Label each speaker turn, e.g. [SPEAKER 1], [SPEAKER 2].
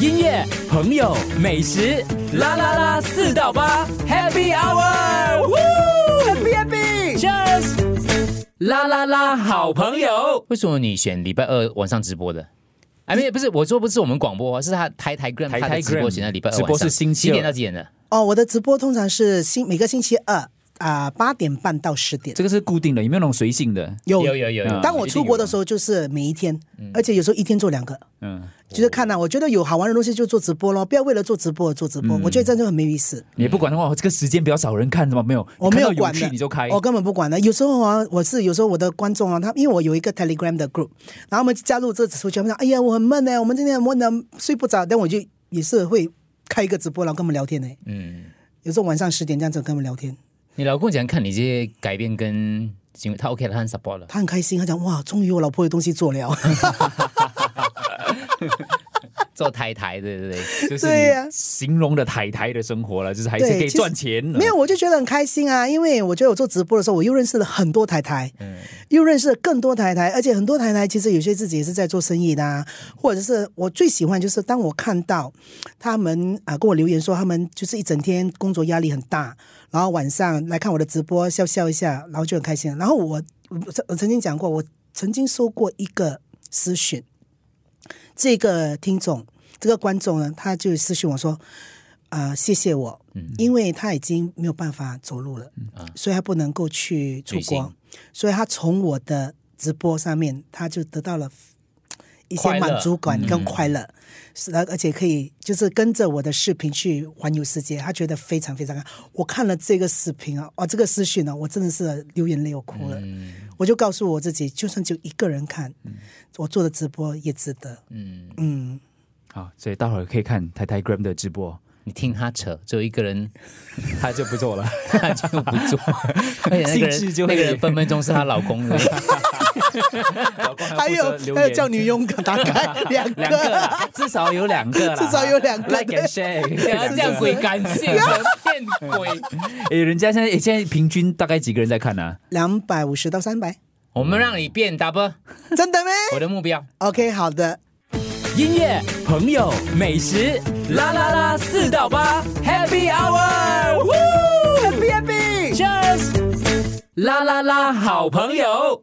[SPEAKER 1] 音乐、朋友、美食，啦啦啦，四到八，Happy Hour，Happy Happy，Cheers，啦啦啦，好朋友。
[SPEAKER 2] 为什么你选礼拜二晚上直播的？哎，没有，不是，我说不是我们广播啊，是他台台 gram
[SPEAKER 1] 台
[SPEAKER 2] 他的直播
[SPEAKER 1] Telegram
[SPEAKER 2] 选在礼拜二
[SPEAKER 1] 直播
[SPEAKER 2] 晚上
[SPEAKER 1] 是星期
[SPEAKER 2] 几
[SPEAKER 1] 二
[SPEAKER 2] 点到几点的？
[SPEAKER 3] 哦，我的直播通常是星每个星期二啊八、点半到十点
[SPEAKER 4] 这。个是固定的，有没有那种随性的？
[SPEAKER 3] 有
[SPEAKER 2] 有有有有
[SPEAKER 3] 当我出国的时候就是每一天，而且有时候一天做两个，
[SPEAKER 4] 嗯，
[SPEAKER 3] 就是看啊呐、我觉得有好玩的东西就做直播咯，不要为了做直播而做直
[SPEAKER 4] 嗯
[SPEAKER 3] 播，我觉得这样就很没意思。
[SPEAKER 4] 你也不管的话，这个时间比较少人看，怎么没有？
[SPEAKER 3] 我哦没有
[SPEAKER 4] 你看到
[SPEAKER 3] 管
[SPEAKER 4] 有
[SPEAKER 3] 的哦
[SPEAKER 4] 趣，你就开。
[SPEAKER 3] 我根本不管的。有时候啊，我是有时候我的观众啊，他因为我有一个 Telegram 的 group，然后我们加入这个族群，他们说：“哎呀，我很闷呢、我们今天很闷呢、睡不着。”但我就也是会开一个直播，然后跟他们聊天呢、
[SPEAKER 2] 嗯，
[SPEAKER 3] 有时候晚上十点这样子跟他们聊天，
[SPEAKER 2] 你老公怎样看你这些改变跟行为？他 OK 了，他很 support 了。
[SPEAKER 3] 他很开心，他讲：“哇，终于我老婆有东西做了。
[SPEAKER 2] 做台台，对对对，
[SPEAKER 4] 就是
[SPEAKER 3] 对呀
[SPEAKER 4] 你形容的台台的生活了，就是还是
[SPEAKER 3] 对
[SPEAKER 4] 可以
[SPEAKER 3] 其实
[SPEAKER 4] 赚钱。
[SPEAKER 3] 没有，我就觉得很开心啊，因为我觉得我做直播的时候，我又认识了很多台台，又认识了更多台台，而且很多台台其实有些自己也是在做生意的、啊，或者是我最喜欢就是当我看到他们啊、跟我留言说他们就是一整天工作压力很大，然后晚上来看我的直播笑笑一下，然后就很开心。然后我我曾我曾经讲过，我曾经收过一个私讯，这个听众这个观众呢，他就私讯我说。啊，谢谢我，
[SPEAKER 2] 嗯
[SPEAKER 3] 因为他已经没有办法走路了，所以他不能够去
[SPEAKER 2] 啊
[SPEAKER 3] 出
[SPEAKER 2] 旅行
[SPEAKER 3] 国，所以他从我的直播上面，他就得到了一
[SPEAKER 2] 快
[SPEAKER 3] 些
[SPEAKER 2] 乐
[SPEAKER 3] 满足感
[SPEAKER 4] 嗯
[SPEAKER 3] 跟快乐，是、而且可以就是跟着我的视频去环游世界，他觉得非常非常好。我看了这个视频啊，哦，这个私讯呢、我真的是流眼泪，我哭了。
[SPEAKER 4] 嗯
[SPEAKER 3] 我就告诉我自己，就算只有一个人看，我做的直播也值得。
[SPEAKER 2] 嗯，
[SPEAKER 3] 嗯，
[SPEAKER 4] 好，所以待会儿可以看台台 Gram 的直播，
[SPEAKER 2] 你听他扯，只有一个人
[SPEAKER 4] 他就不做 了。
[SPEAKER 2] 他就不做， 而且那个
[SPEAKER 4] 兴
[SPEAKER 2] 人
[SPEAKER 4] 致就
[SPEAKER 2] 那
[SPEAKER 4] 会
[SPEAKER 2] 个人分分钟是她老公的，
[SPEAKER 4] 老公
[SPEAKER 3] 还
[SPEAKER 4] 还
[SPEAKER 3] 有
[SPEAKER 4] 负责留
[SPEAKER 3] 还有
[SPEAKER 4] 言
[SPEAKER 3] 叫女佣打 开两
[SPEAKER 4] 两个啊
[SPEAKER 3] 个，
[SPEAKER 4] 啦，至少有两个啦，
[SPEAKER 3] 至少有两个啊
[SPEAKER 4] Like and share，
[SPEAKER 2] 不要这样鬼感性，
[SPEAKER 1] 啊
[SPEAKER 2] 骗鬼。
[SPEAKER 4] 哎，人家现在哎现在平均大概几个人在看啊呢？
[SPEAKER 3] 两百五十到三百，
[SPEAKER 2] 我们让你变 double，
[SPEAKER 3] 真的没
[SPEAKER 2] 我的目标。
[SPEAKER 3] ？OK，好的。
[SPEAKER 1] 音乐、朋友、美食，啦啦啦，四到八，Happy Hour，Happy Happy，Cheers，啦啦啦，好朋友。